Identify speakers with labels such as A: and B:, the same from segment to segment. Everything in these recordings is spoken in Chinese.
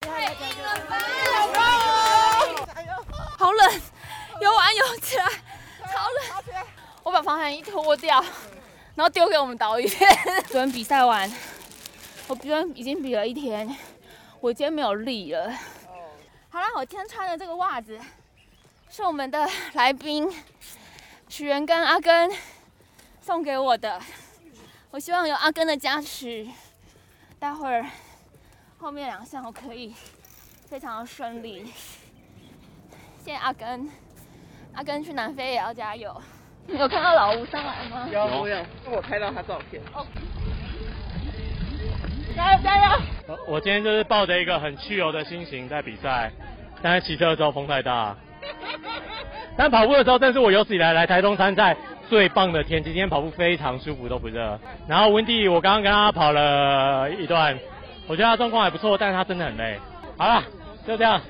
A: 哦上衣脱掉，然后丢给我们导演。昨天比赛完，我昨天已经比了一天，我今天没有力了。好啦，我今天穿的这个袜子是我们的来宾许源跟阿根送给我的，我希望有阿根的加持，待会儿后面两项我可以非常的顺利。谢谢阿根，阿根去南非也要加油。你有看到老吴上来吗？
B: 有有有，是我拍到他照片。
A: 加油加油！
C: 呃我今天就是抱着一个很去油的心情在比赛，但是骑车的时候风太 大。但跑步的时候，正是我有史以来来台东参赛最棒的天气。今天跑步非常舒服，都不热。然后温蒂，我刚刚跟他跑了一段，我觉得他状况还不错，但是他真的很累。好了，就这样。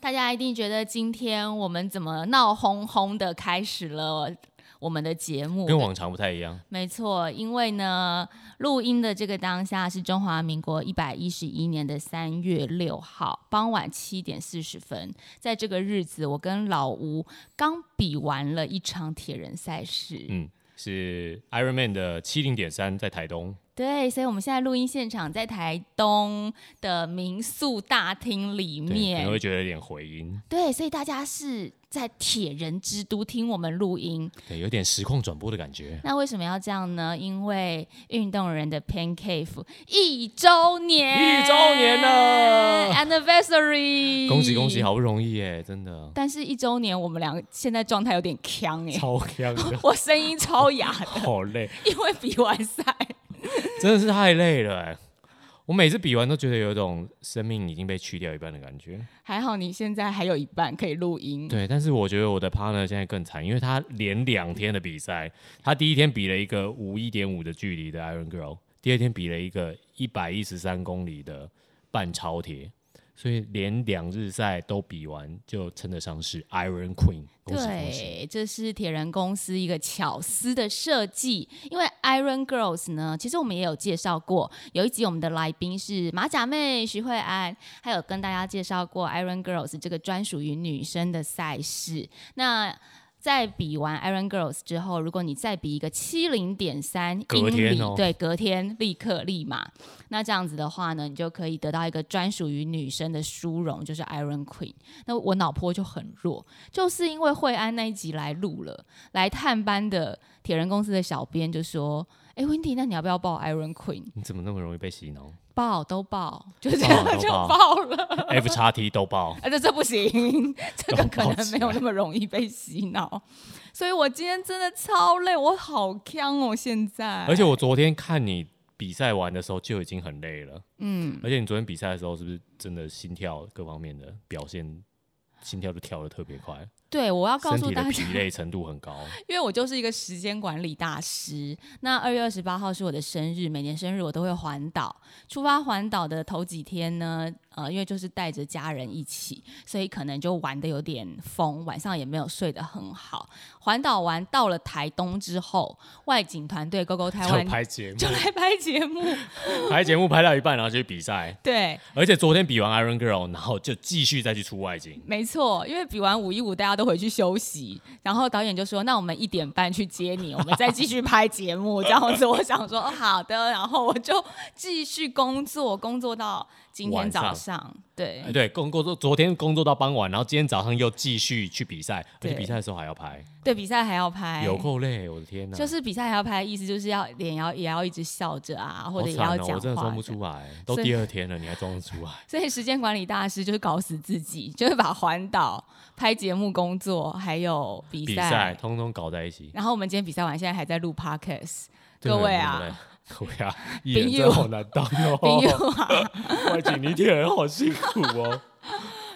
D: 大家一定觉得今天我们怎么闹哄哄的开始了我们的节目？
E: 跟往常不太一样。
D: 没错，因为呢，录音的这个当下是中华民国一百一十一年的三月六号傍晚七点四十分，在这个日子，我跟老吴刚比完了一场铁人赛事。
E: 嗯，是 Iron Man 的七零点三在台东，
D: 对，所以我们现在录音现场在台东的民宿大厅里
E: 对，可能会
D: 面。
E: 觉得有点回音，
D: 对，所以大家是在铁人之都听我们录音。
E: 对，有点实况转播的感觉。
D: 那为什么要这样呢？因为运动人的 Pan Cave 一周年，
E: 一周年了
D: ，Anniversary，
E: 恭喜恭喜，！好不容易耶，真的
D: 但是，一周年我们俩现在状态有点呛哎、，
E: 超强的
D: 我声音超哑的，
E: 好累，
D: 因为比完赛。
E: 真的是太累了耶。我每次比完都觉得有一种生命已经被去掉一半的感觉。
D: 还好你现在还有一半可以录音，
E: 对，但是我觉得我的 partner 现在更惨，因为他连两天的比赛，他第一天比了一个五一点五的距离的 Iron Girl，第二天比了一个一百一十三公里的半超铁，所以连两日赛都比完，就称得上是 Iron Queen。恭喜恭喜！
D: 对，这是铁人公司一个巧思的设计。因为 Iron Girls 呢，其实我们也有介绍过，有一集我们的来宾是马甲妹徐慧安，还有跟大家介绍过 Iron Girls 这个专属于女生的赛事。那在比完 Iron Girls 之后，如果你再比一个七零点三英
E: 隔天
D: 里，
E: 哦
D: 对，隔天立刻立马，那这样子的话呢，你就可以得到一个专属于女生的殊荣，就是 Iron Queen。那我脑波就很弱，就是因为惠安那一集来录了，来探班的铁人公司的小编就说：“哎、温迪，那你要不要报 Iron Queen？
E: 你怎么那么容易被洗脑
D: 报都报，就这样
E: 报都
D: 就
E: 报
D: 报了。
E: ？F 叉 T 都爆，
D: 哎，这这不行， 这个
E: 都
D: 可
E: 报
D: 能
E: 起
D: 没有
E: 来
D: 那么容易被洗脑。所以我今天真的超累，我好呛哦，现在。
E: 而且我昨天看你比赛完的时候就已经很累了，
D: 嗯，
E: 而且你昨天比赛的时候是不是真的心跳各方面的表现，心跳都跳得特别快？
D: 对，我要告
E: 身
D: 诉
E: 体
D: 大
E: 的
D: 家，
E: 疲累程度很高。
D: 因为我就是一个时间管理大师。那二月二十八号是我的生日，每年生日我都会环岛。出发环岛的头几天呢，呃，因为就是带着家人一起，所以可能就玩的有点疯，晚上也没有睡得很好。环岛完到了台东之后，外景团队 GO GO 台湾
E: 就拍节目
D: 就，来拍节目，
E: 拍节目拍到一半，然后就去比赛。
D: 对。
E: 而且昨天比完 Iron Girl，然后就继续再去出外景。
D: 没错，因为比完五一五，大家都回去休息，然后导演就说：“那我们一点半去接你，我们再继续拍节目。”这样子，我想说、哦、好的，然后我就继续工作，工作到今天早上。
E: 晚
D: 对
E: 哎，对，工工作昨天工作到傍晚，然后今天早上又继续去比赛，而
D: 对
E: 且比赛的时候还要拍，
D: 对，比赛还要拍，
E: 有够累，我的天哪！
D: 就是比赛还要拍，意思就是要脸要也要一直笑着啊，或
E: 好
D: 者也
E: 惨
D: 要
E: 哦
D: 讲话、
E: 我真的装不出来，都
D: 所以
E: 第二天了，你还装得出来？
D: 所以时间管理大师就是搞死自己，就是把环岛、拍节目、工作还有 比
E: 比赛通通搞在一起，
D: 然后我们今天比赛完，现在还在录 podcast，
E: 真
D: 各
E: 的很
D: 位
E: 无
D: 啊
E: 奈。，各位 啊，艺
D: 朋
E: 人真
D: 友
E: 的好难当
D: 朋友
E: 哦，
D: 啊，
E: 外景你铁人好辛苦 哦，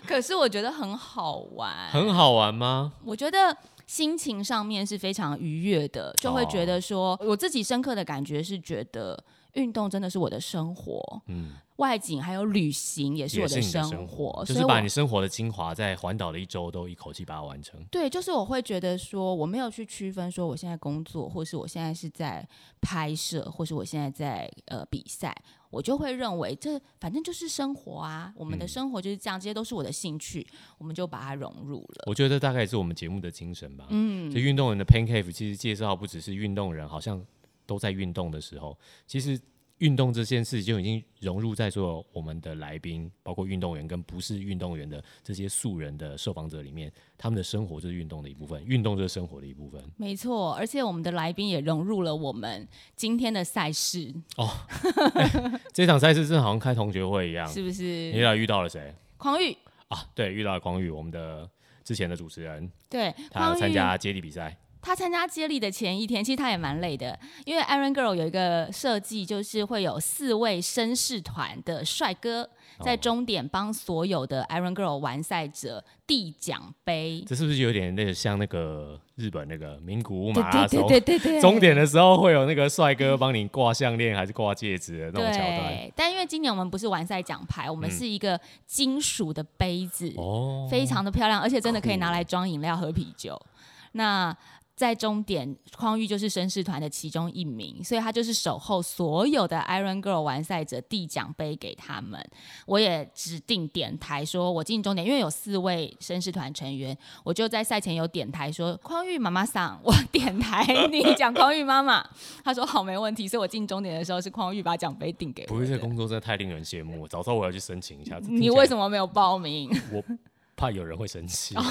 D: 可是我觉得很好玩，
E: 很好玩吗？
D: 我觉得心情上面是非常愉悦的，就会
E: 哦
D: 觉得说，我自己深刻的感觉是觉得运动真的是我的生活。
E: 嗯，
D: 外景还有旅行也是
E: 也
D: 我
E: 是你的
D: 生
E: 生
D: 活，
E: 就
D: 所以
E: 是
D: 我
E: 把你生活的精华在环岛的一周都一口气把它完成。
D: 对，就是我会觉得说，我没有去区分说我现在工作，或是我现在是在拍摄，或是我现在在呃比赛，我就会认为这反正就是生活啊，我们的
E: 嗯
D: 生活就是这样，这些都是我的兴趣，我们就把它融入了。
E: 我觉得大概也是我们节目的精神吧。
D: 嗯
E: 就，运动人的 Pain Cave 其实介绍不只是运动人，好像都在运动的时候，其实运动这件事就已经融入在所有我们的来宾，包括运动员跟不是运动员的这些素人的受访者里面，他们的生活就是运动的一部分，运动就是生活的一部分。
D: 没错，而且我们的来宾也融入了我们今天的赛事，
E: 这场赛事真的好像开同学会一样，
D: 是不
E: 你
D: 是？
E: 俩遇到了谁
D: 匡玉，
E: 啊？对，遇到了匡宇，我们的之前的主持人，
D: 对，
E: 他有
D: 匡
E: 参
D: 玉
E: 加接力比赛，
D: 他参加接力的前一天，其实他也蛮累的，因为 Iron Girl 有一个设计，就是会有四位绅士团的帅哥
E: 哦
D: 在终点帮所有的 Iron Girl 完赛者递奖杯。
E: 这是不是有点那个像那个日本那个名古屋
D: 对
E: 马拉
D: 对
E: 松？
D: 对对对对，
E: 终点的时候会有那个帅哥帮你挂项链还是挂戒指的那种桥段。
D: 对，但因为今年我们不是完赛奖牌，我们
E: 嗯
D: 是一个金属的杯子，
E: 哦，
D: 非常的漂亮，而且真的可以拿来装饮料、喝啤酒。那在终点，匡玉就是绅士团的其中一名，所以他就是守候所有的 Iron Girl 完赛者递奖杯给他们。我也指定点台说，我进终点，因为有四位绅士团成员，我就在赛前有点台说，匡玉妈妈桑，我点台你讲匡玉妈妈。他说好，没问题。所以我进终点的时候是匡玉把奖杯递给我
E: 不是这
D: 的。
E: 个工作真的太令人羡慕，早知道我要去申请一下。
D: 你为
E: 么？
D: 什么没有报名？
E: 我怕有人会生气。
D: 哦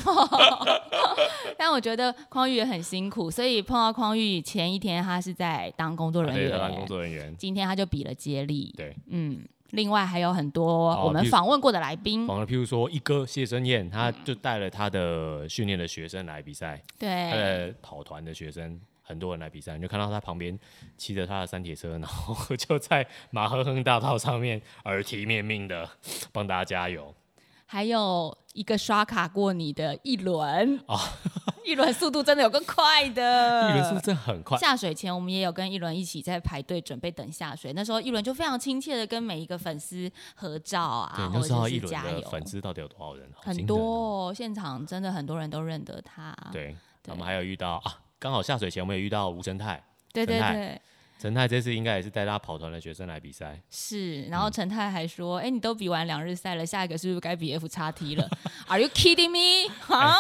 D: 但我觉得匡玉也很辛苦，所以碰到�匡玉前一天他是在当工作人
E: 啊对，
D: 员，
E: 台湾工作人员，
D: 今天他就比了接力。
E: 对，
D: 嗯，另外还有很多
E: 哦
D: 我们
E: 比如
D: 访问过的来宾，
E: 反而譬如说一哥谢生燕，
D: 嗯
E: 他就带了他的训练的学生来比赛，他
D: 对，
E: 的哎跑团的学生。很多人来比赛，你就看到他旁边骑着他的三铁车，然后就在马赫亨大道上面耳提面命的帮大家加油。
D: 还有一个刷卡过你的一轮
E: 哦
D: 一轮速度真的有更快的，
E: 一轮速度真的很快，
D: 下水前，我们也有跟一轮一起在排队准备等下水。那时候一轮就非常亲切的跟每一个粉丝合照
E: 对，
D: 啊，
E: 你
D: 或
E: 就知道
D: 者
E: 一
D: 是
E: 轮
D: 加
E: 的
D: 油。
E: 粉丝到底有多少人，好
D: 很
E: 惊人哦。
D: 多、哦，现场真的很多人都认得他。
E: 对，
D: 对
E: 我们还有遇到啊，刚好下水前我们也遇到吴成泰，
D: 对对
E: 陈太
D: 对，
E: 陈泰这次应该也是带他跑团的学生来比赛，
D: 是。然后
E: 嗯
D: 陈太还说：“哎、你都比完两日赛了，下一个是不是该比 F 叉 T 了？”Are you kidding me？啊，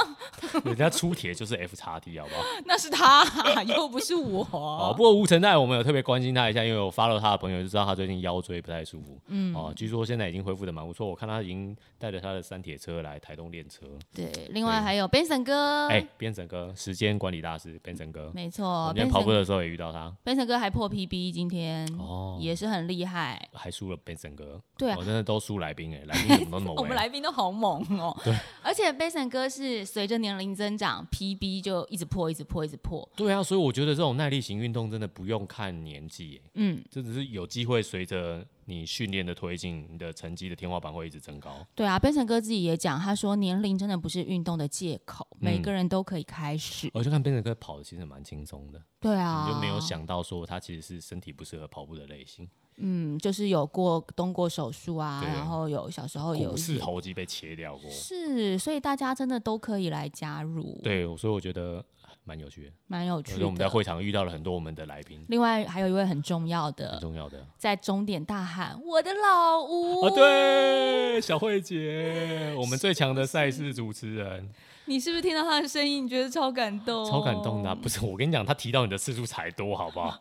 E: 人家出铁就是 F 叉 T 好不好？
D: 那是他，又不是我。
E: 哎哦，不过吴成泰我们有特别关心他一下，因为我 follow 他的朋友就知道他最近腰椎不太舒服，嗯，哦，据说现在已经恢复的蛮不错，我看他已经带着他的三铁车来台东练车，
D: 对，另外
E: 对
D: 还有 Benson 哥，
E: 哎、变成哥，时间管理大师变成哥，
D: 嗯没哦
E: 我
D: 错
E: 们今天跑步
D: ，Benson
E: 的时候也遇到他，
D: Benson 哥还破 PB，今天、
E: 哦
D: 嗯也是很厉害。
E: 还输了变成哥，
D: 对啊
E: 我、真的都输来 宾哎、来宾怎么都那么
D: 我
E: 威
D: 们来宾都好猛哦、而且 Benson 哥是随着年龄增长，PB 就一直破，一直破，一直破。
E: 对啊，所以我觉得这种耐力型运动真的不用看年纪耶，
D: 嗯，
E: 这只是有机会随着你训练的推进，你的成绩的天花板会一直增高。
D: 对啊，奔成哥自己也讲，他说年龄真的不是运动的借口，
E: 嗯
D: 每个人都可以开始。
E: 哦我就看变成哥跑的其实蛮轻松的，
D: 对啊，
E: 你就没有，想到说他其实是身体不适合跑步的类型，
D: 嗯，就是有过动过手术啊，
E: 对
D: 然后有小时候有
E: 股
D: 一
E: 四
D: 些
E: 头肌被切掉过。
D: 是，所以大家真的都可以来加入，，
E: 对，所以我觉得蛮有趣的。
D: 蛮有
E: 而
D: 趣
E: 且
D: 的。
E: 我们在会场遇到了很多我们的来宾，
D: 另外还有一位很重要
E: 很
D: 的，
E: 重要的
D: 在终点大喊“我的老吴”，
E: 哦，，对，小慧姐，我们最强的赛事主持人。
D: 你是不是听到他的声音，你觉得超感动？
E: 超感动的啊、不是我跟你讲，他提到你的次数才多，好不 好？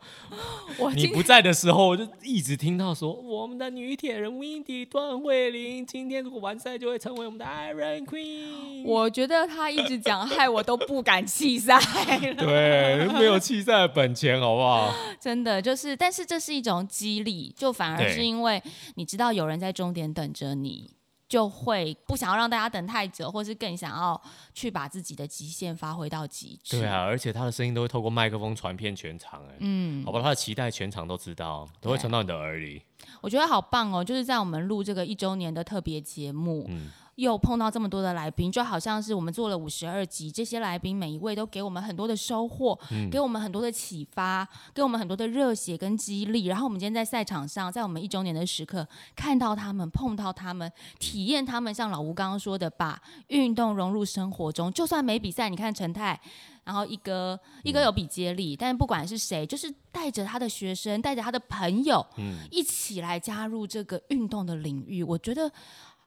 D: 我
E: 你
D: 今
E: 不在的时候，我就一直听到说我们的女铁人 Windy 段慧玲，今天如果完赛就会成为我们的 Iron Queen。
D: 我觉得他一直讲， 害我都不敢 弃赛了。
E: 对，没有弃赛的本钱，好不好？
D: 真的就是，但是这是一种激励，就反而
E: 对
D: 是因为你知道有人在终点等着你，就会不想要让大家等太久，或是更想要去把自己的极限发挥到极致。
E: 对啊，而且他的声音都会透过麦克风传遍全场、哎、
D: 嗯，
E: 好吧，他的期待全场都知道，都会传到你的耳里。
D: 我觉得好棒哦！就是在我们录这个一周年的特别节目，
E: 嗯
D: 又碰到这么多的来宾，就好像是我们做了五十二集，这些来宾每一位都给我们很多的收获，
E: 嗯
D: 给我们很多的启发，给我们很多的热血跟激励。然后我们今天在赛场上，在我们一周年的时刻，看到他们，碰到他们，体验他们，像老吴刚刚说的，把运动融入生活中，就算没比赛，你看陈泰。然后一哥，一哥有比接
E: 嗯
D: 力，但不管是谁，就是带着他的学生，带着他的朋友，
E: 嗯
D: 一起来加入这个运动的领域。我觉得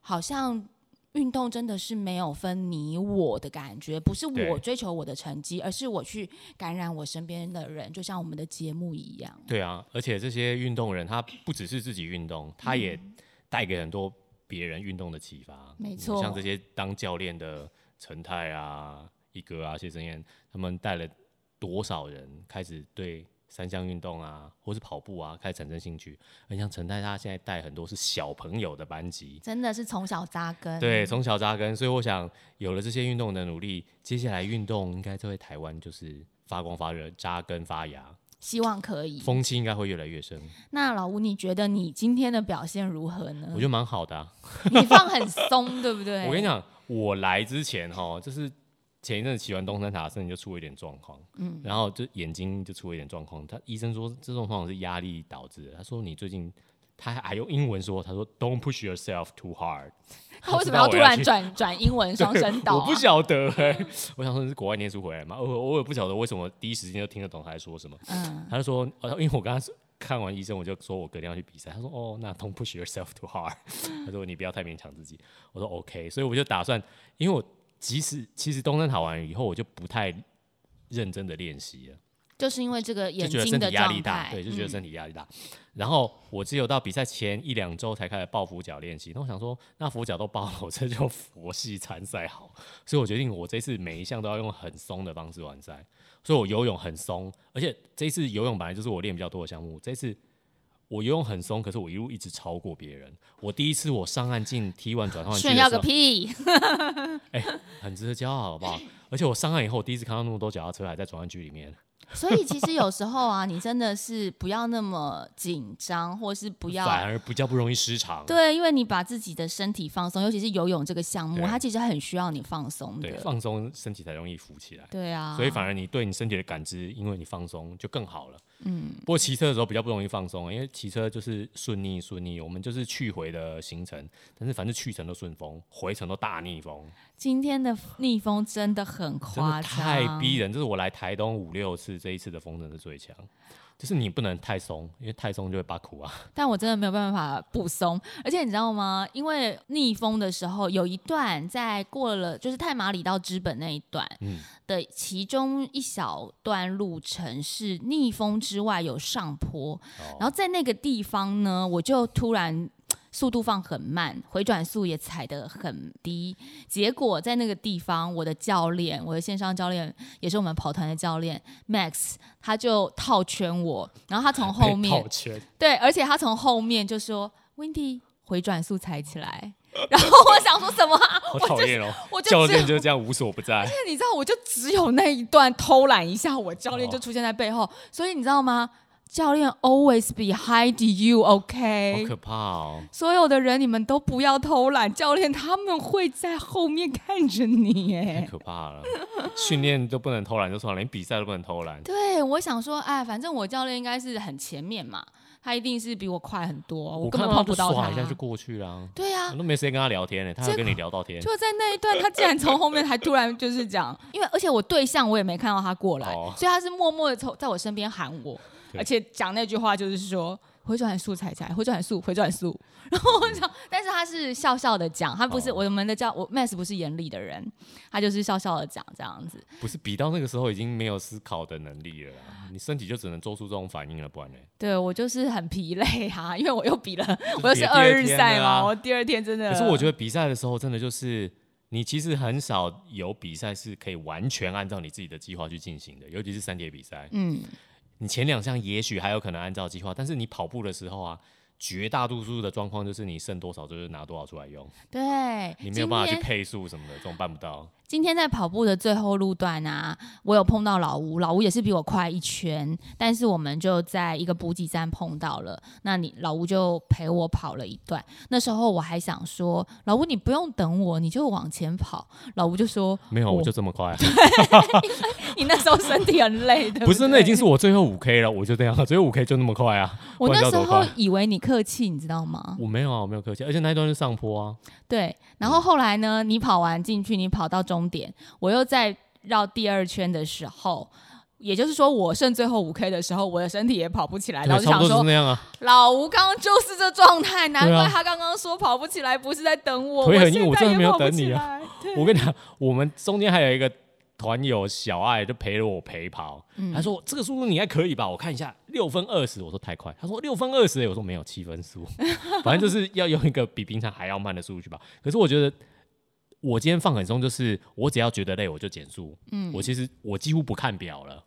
D: 好像运动真的是没有分你我的感觉，不是我
E: 对
D: 追求我的成绩，而是我去感染我身边的人，就像我们的节目一样。
E: 对啊，而且这些运动人，他不只是自己运动，
D: 嗯
E: 他也带给很多别人运动的启发。
D: 没
E: 嗯
D: 错
E: 像这些当教练的陈泰啊、一哥啊、谢承彦，他们带了多少人开始对三项运动啊，或是跑步啊，开始产生兴趣。很像陈泰，他现在带很多是小朋友的班级，
D: 真的是从小扎根，
E: 对，从小扎根。所以我想，有了这些运动的努力，接下来运动应该在台湾就是发光发热、扎根发芽，
D: 希望可以。
E: 风气应该会越来越盛。
D: 那老吴，你觉得你今天的表现如何呢
E: 我觉？得蛮好的、啊。
D: 你放很松，对不嗯对？
E: 我跟你，讲，我来之前哈，就是前一阵子骑完东山塔，身体就出了一点状况，嗯，然后就眼睛就出了一点状况。他医生说这种状况是压力导致的，他说你最近。他还用英文说：“他说 Don't push yourself too hard。”
D: 他为什
E: 知
D: 么
E: 道
D: 要
E: 我
D: 突
E: 要
D: 然
E: 去
D: 转转英文 双声道、
E: 我
D: 啊？
E: 不晓得、欸，我想说你是国外念书回来嘛，偶尔偶尔不晓得为什么第一时间就听得懂他在说什么。
D: 嗯，
E: 他就说，哦因为我刚刚看完医生，我就说我隔天要去比赛。他说，哦，那 don't push yourself too hard。他 说你不要太勉强自己。我说 OK，所以我就打算，因为我即使其实东山塔完以后，我就不太认真的练习了，
D: 就是因为这个眼
E: 就觉得
D: 睛
E: 身
D: 的
E: 体压力
D: 状
E: 大，
D: 态，
E: 对，就觉得
D: 嗯
E: 身体压力大。然后我只有到比赛前一两周才开始抱俯角练习。那我想说，那俯角都抱了，我这就佛系参赛好。所以我决定，我这次每一项都要用很松的方式完赛。所以我游泳很松，而且这一次游泳本来就是我练比较多的项目。这一次我游泳很松，可是我一路一直超过别人。我第一次我上岸进 T 1转换去
D: 嗯炫
E: 的
D: 耀
E: 时
D: 个
E: 候，
D: 屁！
E: 哎、很值得骄傲，好不好？而且我上岸以后，我第一次看到那么多脚踏车还在转换区里面，
D: 所以其实有时候啊，你真的是不要那么紧张，或是不要
E: 反而比较不容易失常。
D: 对，因为你把自己的身体放松，尤其是游泳这个项目，
E: 对
D: 它其实很需要你放松
E: 对，
D: 的。
E: 放松身体才容易浮起来。
D: 啊对啊，
E: 所以反而你对你身体的感知，因为你放松就更好了。嗯，不过骑车的时候比较不容易放松，啊因为骑车就是顺逆顺逆，我们就是去回的行程，但是反正去程都顺风，回程都大逆风，
D: 今天的逆风真的很
E: 真
D: 夸
E: 的
D: 张，
E: 太逼人。这是我来台东五六次，这一次的风真的是最强，就是你不能太松，因为太松就会把苦啊。
D: 但我真的没有办法不松，而且你知道吗？因为逆风的时候，有一段在过了就是太马里到知本那一段
E: 嗯
D: 的其中一小段路程是逆风之外有上坡，
E: 哦
D: 然后在那个地方呢，我就突然。速度放很慢，回转速也踩得很低。结果在那个地方，我的教练，我的线上教练，也是我们跑团的教练 Max，他就套圈我，然后他从后面
E: 被套圈，
D: 对，而且他从后面就说 “Windy 回转速踩起来”， 然后我想说什么 啊？
E: 好
D: 我
E: 讨
D: 就是
E: 厌哦。
D: 我就
E: 教
D: 只有哎
E: 练就是这样无所不 在，
D: 你知道，我就只有那一段偷懒一下，我教练就
E: 哦
D: 出现在背后，所以你知道吗？教练 always behind you，OK？、
E: 好可怕哦。
D: 所有的人，你们都不要偷懒，教练他们会在后面看着你，
E: 太
D: 哎。
E: 可怕了！训练都不能偷懒，就算了，连比赛都不能偷懒。
D: 对，我想说，哎，反正我教练应该是很前面嘛，他一定是比我快很多，我根
E: 看
D: 本
E: 到他
D: 碰
E: 就
D: 不到
E: 耍
D: 他
E: 一。下就过去啦，
D: 对啊呀、
E: 我都没时间跟他聊天呢，他还跟你聊到天。
D: 就在那一段，他竟然从后面还突然就是讲， 因为而且我对象我也没看到他过来，
E: 哦
D: 所以他是默默的从在我身边喊我，
E: 对
D: 而且讲那句话就是说回转速踩踩，回转速，回转速。 然后我想，但是他是笑笑的讲，他不是、
E: 哦
D: 我们的叫我 Max 不是严厉的人，他就是笑笑的讲这样子。
E: 不是比到那个时候已经没有思考的能力了啦，你身体就只能做出这种反应了，不然呢？
D: 对我就是很疲累啊， 因为我又比了，我
E: 就
D: 又
E: 是
D: 是
E: 比
D: 二日
E: 第二天
D: 赛
E: 的
D: 嘛，
E: 啊
D: 我第二天真的。
E: 可是我觉得比赛的时候，真的就是你其实很少有比赛是可以完全按照你自己的计划去进行的，尤其是三铁比赛，
D: 嗯，
E: 你前两项也许还有可能按照计划，但是你跑步的时候啊。绝大多数的状况就是你剩多少就是拿多少出来用，
D: 对，
E: 你没有办法
D: 今天哦
E: 去配速什么的，这种办不到。
D: 今天在跑步的最后路段啊，我有碰到老吴，老吴也是比我快一圈，但是我们就在一个补给站碰到了。那你老吴就陪我跑了一段，那时候我还想说，老吴你不用等我，你就往前跑。老吴就说
E: 没有，
D: 我
E: 我就这么快啊、
D: 你那时候身体很累， 对
E: 不
D: 对
E: 是，那已经是我最后五 K 了，我就这样，最后五 K 就那么快啊！
D: 我
E: 不然
D: 那
E: 要
D: 时
E: 多
D: 候
E: 快
D: 以为你客气，你知道吗？
E: 我没有啊，我没有客气，而且那一段是上坡啊，
D: 对，然后后来呢，你跑完进去，你跑到终点，我又在绕第二圈的时候，也就是说我剩最后五 K 的时候，我的身体也跑不起来，然
E: 对，
D: 后就
E: 差
D: 哎想
E: 不多就是
D: 说，
E: 那样啊，
D: 老吴刚刚就是这状态，难
E: 对啊
D: 怪他刚刚说跑不起来，不是在等我，
E: 腿
D: 我
E: 很
D: 现
E: 硬我
D: 在
E: 真的
D: 也
E: 没有
D: 跑不
E: 等
D: 起
E: 你啊
D: 来。 对
E: 我跟你讲，我们中间还有一个团友小爱就陪着我陪跑，他说这个速度你应该可以吧？我看一下，六分二十，我说太快，他说六分二十，我说没有七分速，反正就是要用一个比平常还要慢的速度去跑。可是我觉得我今天放很松，就是我只要觉得累我就减速，嗯，我其实我几乎不看表了。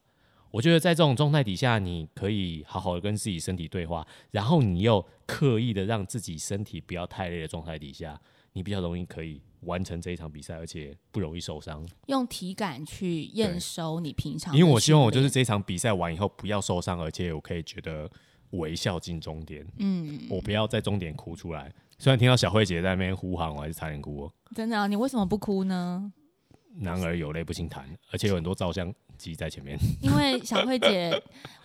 E: 我觉得在这种状态底下，你可以好好的跟自己身体对话，然后你又刻意的让自己身体不要太累的状态底下，你比较容易可以完成这一场比赛，而且不容易受伤。
D: 用体感去验收你平常的训练，
E: 因为我希望我就是这一场比赛完以后不要受伤，而且我可以觉得微笑进终点，
D: 嗯，
E: 我不要在终点哭出来。虽然听到小慧姐在那边呼喊，我还是差点哭、哦。
D: 真的啊，你为什么不哭呢？
E: 男儿有泪不轻弹，而且有很多照相机在前面。
D: 因为小慧姐，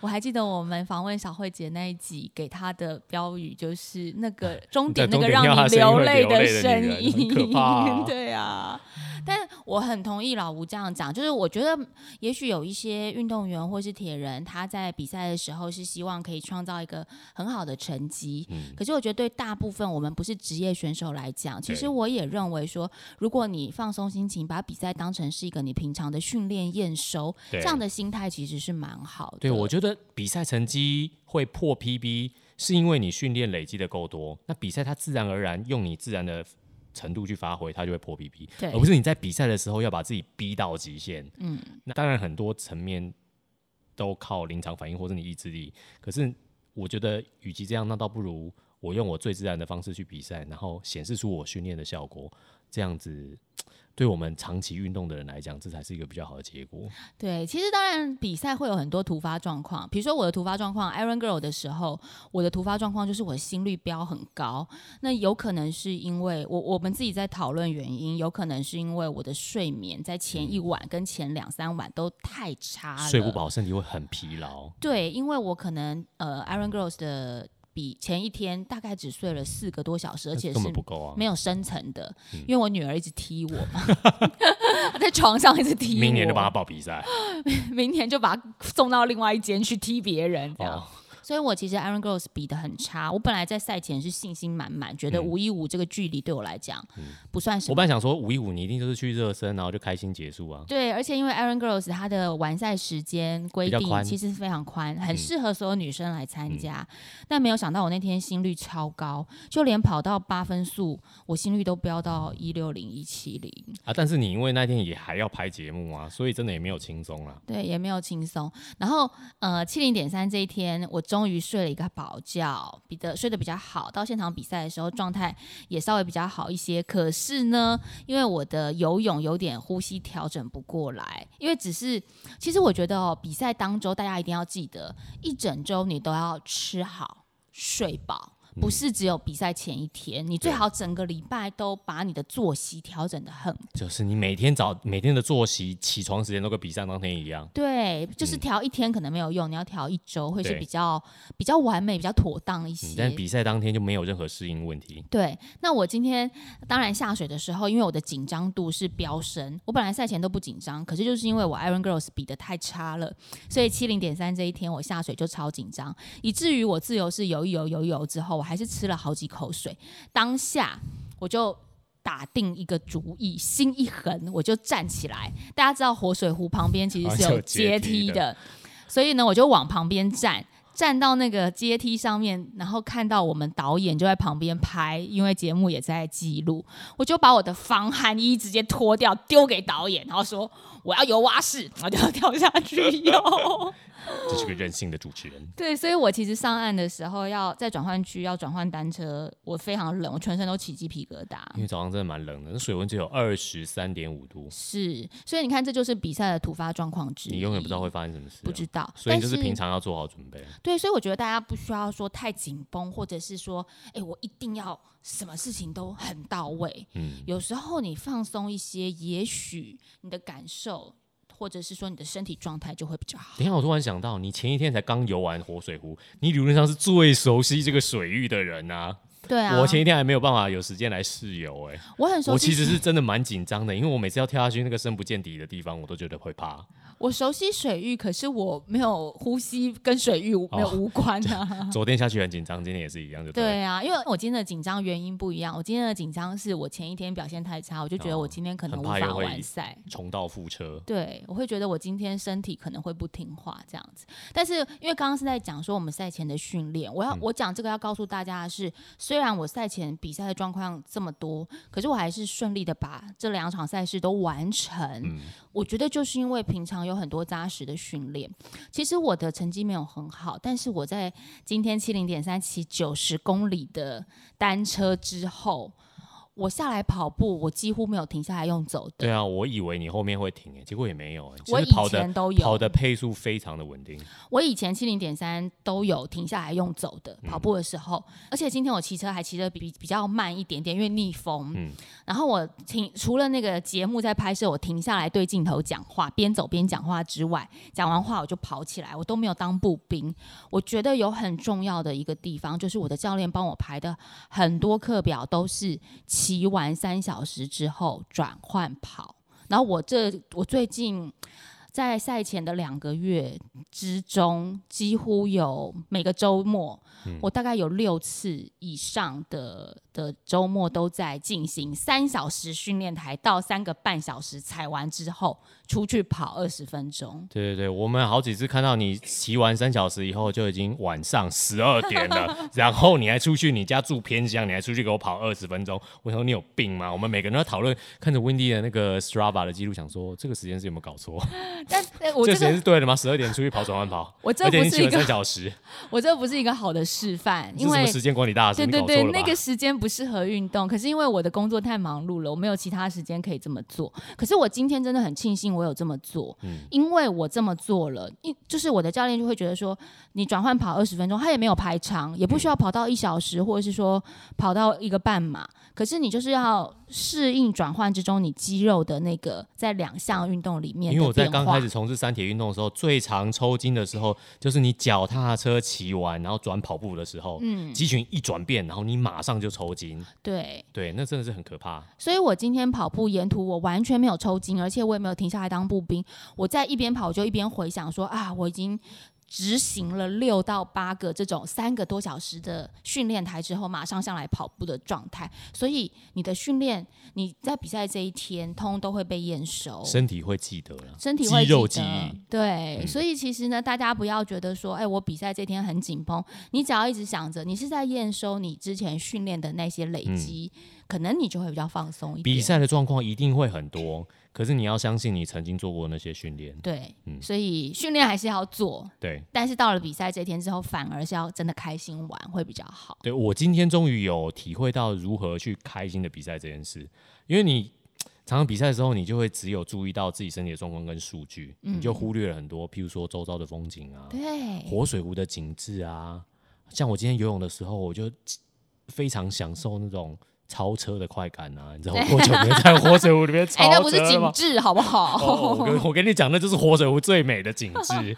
D: 我还记得我们访问小慧姐那一集，给她的标语就是那 个终点
E: 在
D: 那个
E: 终
D: 让
E: 点要
D: 你
E: 她声音会
D: 泪
E: 流泪的
D: 声
E: 女人
D: 音，
E: 很可怕啊
D: 对啊。但我很同意老吴这样讲，就是我觉得也许有一些运动员或是铁人，他在比赛的时候是希望可以创造一个很好的成绩，
E: 嗯，
D: 可是我觉得，对大部分我们不是职业选手来讲，其实
E: 对
D: 我也认为说，如果你放松心情，把比赛当成是一个你平常的训练验收，
E: 对
D: 这样的心态其实是蛮好的。
E: 对，我觉得比赛成绩会破 PB，是因为你训练累积的够多，那比赛它自然而然用你自然的程度去发挥，它就会破 PB，
D: 对
E: 而不是你在比赛的时候要把自己逼到极限。嗯，那当然很多层面都靠临场反应或是你意志力，可是我觉得与其这样，那倒不如我用我最自然的方式去比赛，然后显示出我训练的效果，这样子。对我们长期运动的人来讲，这才是一个比较好的结果。
D: 对，其实当然比赛会有很多突发状况，比如说我的突发状况，Iron Girl 的时候，我的突发状况就是我的心率飙很高，那有可能是因为我我们自己在讨论原因，有可能是因为我的睡眠在前一晚跟前两三晚都太差了，
E: 睡不饱，身体会很疲劳。
D: 对，因为我可能呃，Iron Girls 的比前一天大概只睡了四个多小时，而
E: 那
D: 且是
E: 根本不够啊，
D: 没有深层的，
E: 嗯
D: 因为我女儿一直踢我嘛， 她在床上一直踢我。
E: 明年就把他报比
D: 啊
E: 赛。
D: 明年就把她送到另外一间去踢别人这样。
E: 哦，
D: 所以我其实 Iron Girls 比的很差，我本来在赛前是信心满满，觉得五一五这个距离对我来讲、不算什
E: 嗯我
D: 么。
E: 本来想说五一五你一定就是去热身，然后就开心结束啊。
D: 对，而且因为 Iron Girls 它的完赛时间规
E: 比较
D: 定
E: 宽嗯
D: 其实非常宽，很适合所有女生来参加。但没有想到我那天心率超高，就连跑到八分速，我心率都飙到一六零一七零，
E: 啊，但是你因为那天也还要拍节目啊，所以真的也没有轻松啊啦。
D: 对，也没有轻松。然后呃，七零点三这一天，我终于睡了一个饱觉，比的睡得比较好。到现场比赛的时候，状态也稍微比较好一些。可是呢，因为我的游泳有点呼吸调整不过来，因为只是其实我觉得哦，比赛当周大家一定要记得，一整周你都要吃好睡饱。不是只有比赛前一天，你最
E: 对
D: 好整个礼拜都把你的作息调整的很
E: 就是你每天早每天的作息、起床时间都跟比赛当天一样。
D: 对，就是
E: 嗯
D: 调一天可能没有用，你要调一周会是
E: 对
D: 比较比较完美、比较妥当一
E: 嗯
D: 些。
E: 但是比赛当天就没有任何适应问题。
D: 对，那我今天当然下水的时候，因为我的紧张度是飙升，我本来赛前都不紧张，可是就是因为我 Iron Girls 比的太差了，所以七零点三这一天我下水就超紧张，以至于我自由式游一游游一游之后，我还是吃了好几口水，当下我就。打定一个主意，心一横，我就站起来。大家知道活水湖旁边其实是有
E: 有
D: 阶
E: 阶
D: 梯
E: 梯的
D: 的，所以呢，我就往旁边站，站到那个阶梯上面，然后看到我们导演就在旁边拍，因为节目也在记录，我就把我的防寒衣直接脱掉丢给导演，然后说我要游蛙式，然后就跳下去游。
E: 这是个任性的主持人。
D: 对，所以我其实上岸的时候要在转换区要转换单车，我非常冷，我全身都起鸡皮疙瘩。
E: 因为早上真的蛮冷的，那水温只有二十三点五度，
D: 是，所以你看，这就是比赛的突发状况之一。
E: 你永远不知道会发生什么事、啊。
D: 不知道，
E: 所以
D: 但
E: 就是是平常要做好准备。
D: 对，所以我觉得大家不需要说太紧绷，或者是说，哎、我一定要什么事情都很到位。
E: 嗯，
D: 有时候你放松一些，也许你的感受，或者是说你的身体状态就会比较好。
E: 等一下，我突然想到，你前一天才刚游完活水湖，你理论上是最熟悉这个水域的人啊。
D: 对啊，
E: 我前一天还没有办法有时间来试游、欸，
D: 我很熟
E: 我
D: 悉，
E: 其实是真的蛮紧张的，因为我每次要跳下去那个深不见底的地方，我都觉得会怕。
D: 我熟悉水域，可是我没有呼吸跟水域无没有
E: 哦
D: 无关啊。
E: 昨天下去很紧张，今天也是一样，就对了。
D: 对啊，因为我今天的紧张原因不一样。我今天的紧张是我前一天表现太差，我就觉得我今天可能无
E: 哦很怕
D: 法
E: 又会
D: 完赛。
E: 重蹈覆辙，
D: 对，我会觉得我今天身体可能会不听话这样子。但是因为刚刚是在讲说我们赛前的训练，我要、我讲这个要告诉大家的是，虽然我赛前比赛的状况这么多，可是我还是顺利的把这两场赛事都完成。我觉得就是因为平常有很多扎实的训练，其实我的成绩没有很好，但是我在今天七零点三骑九十公里的单车之后。我下来跑步，我几乎没有停下来用走的。
E: 对啊，我以为你后面会停、欸，结果也没有、欸。其实
D: 我以
E: 跑
D: 前
E: 的
D: 都有
E: 跑的配速非常的稳定，
D: 我以前七零点三都有停下来用走的，跑步的时候，而且今天我骑车还骑得比比比较慢一点点，因为逆风。
E: 嗯
D: 然后我停，除了那个节目在拍摄，我停下来对镜头讲话，边走边讲话之外，讲完话我就跑起来，我都没有当步兵。我觉得有很重要的一个地方，就是我的教练帮我排的很多课表都是骑完三小时之后转换跑。然后我这我最近在赛前的两个月之中，几乎有每个周末，我大概有六次以上的的周末都在进行三小时训练台到三个半小时踩完之后出去跑二十分钟。
E: 对对对，我们好几次看到你骑完三小时以后就已经晚上十二点了，然后你还出去，你家住偏乡，你还出去给我跑二十分钟，我想说你有病吗？我们每个人都在讨论，看着 Wendy 的那个 Strava 的记录，想说这个时间是有没有搞错？
D: 但呃我 这
E: 这个时间
D: 个
E: 是对的吗？十二点出去跑转弯跑，
D: 我这
E: 而且
D: 不
E: 你
D: 是
E: 骑
D: 一
E: 了
D: 个
E: 三小时，
D: 我这不是一个好的示范，
E: 这
D: 因
E: 是什么
D: 为
E: 时间管理大师？
D: 对
E: 你
D: 对
E: 搞
D: 对
E: 错，了吧
D: 那个时间不适合运动。可是因为我的工作太忙碌了，我没有其他时间可以这么做。可是我今天真的很庆幸我有这么做，
E: 嗯
D: 因为我这么做了，因就是我的教练就会觉得说，你转换跑二十分钟，他也没有排长，也不需要跑到一小时，或者是说跑到一个半马。可是你就是要适应转换之中你肌肉的那个在两项运动里面的
E: 因为我在
D: 变
E: 刚
D: 化
E: 开始从事山铁运动的时候，最常抽筋的时候就是你脚踏车骑完，然后转跑步的时候，嗯，肌群一转变，然后你马上就抽筋，
D: 对。
E: 对，那真的是很可怕。
D: 所以我今天跑步沿途我完全没有抽筋，而且我也没有停下来当步兵。我在一边跑就一边回想说啊，我已经执行了六到八个这种三个多小时的训练台之后，马上上来跑步的状态。所以你的训练，你在比赛这一天，通通都会被验收。
E: 身体会记得了，
D: 哦身体会
E: 肌肉
D: 记得
E: 记忆嗯
D: 对，所以其实呢，大家不要觉得说，哎，我比赛这天很紧绷，你只要一直想着你是在验收你之前训练的那些累积，可能你就会比较放松一点。
E: 嗯比赛的状况一定会很多，可是你要相信你曾经做过那些训练。
D: 对，
E: 嗯
D: 所以训练还是要做，
E: 对，
D: 但是到了比赛这天之后，反而是要真的开心玩会比较好。
E: 对我今天终于有体会到如何去开心的比赛这件事，因为你常常比赛的时候，你就会只有注意到自己身体的状况跟数据，你就忽略了很多，譬如说周遭的风景啊，
D: 嗯对，
E: 活水湖的景致啊，像我今天游泳的时候，我就非常享受那种超车的快感啊！你知道 我多久没有在活水湖里面超
D: 哎，
E: 车
D: 那不是
E: 了
D: 景
E: 吗？
D: 致好不好？
E: 哦，我跟我跟你讲，那就是活水湖最美的景致。
D: 哦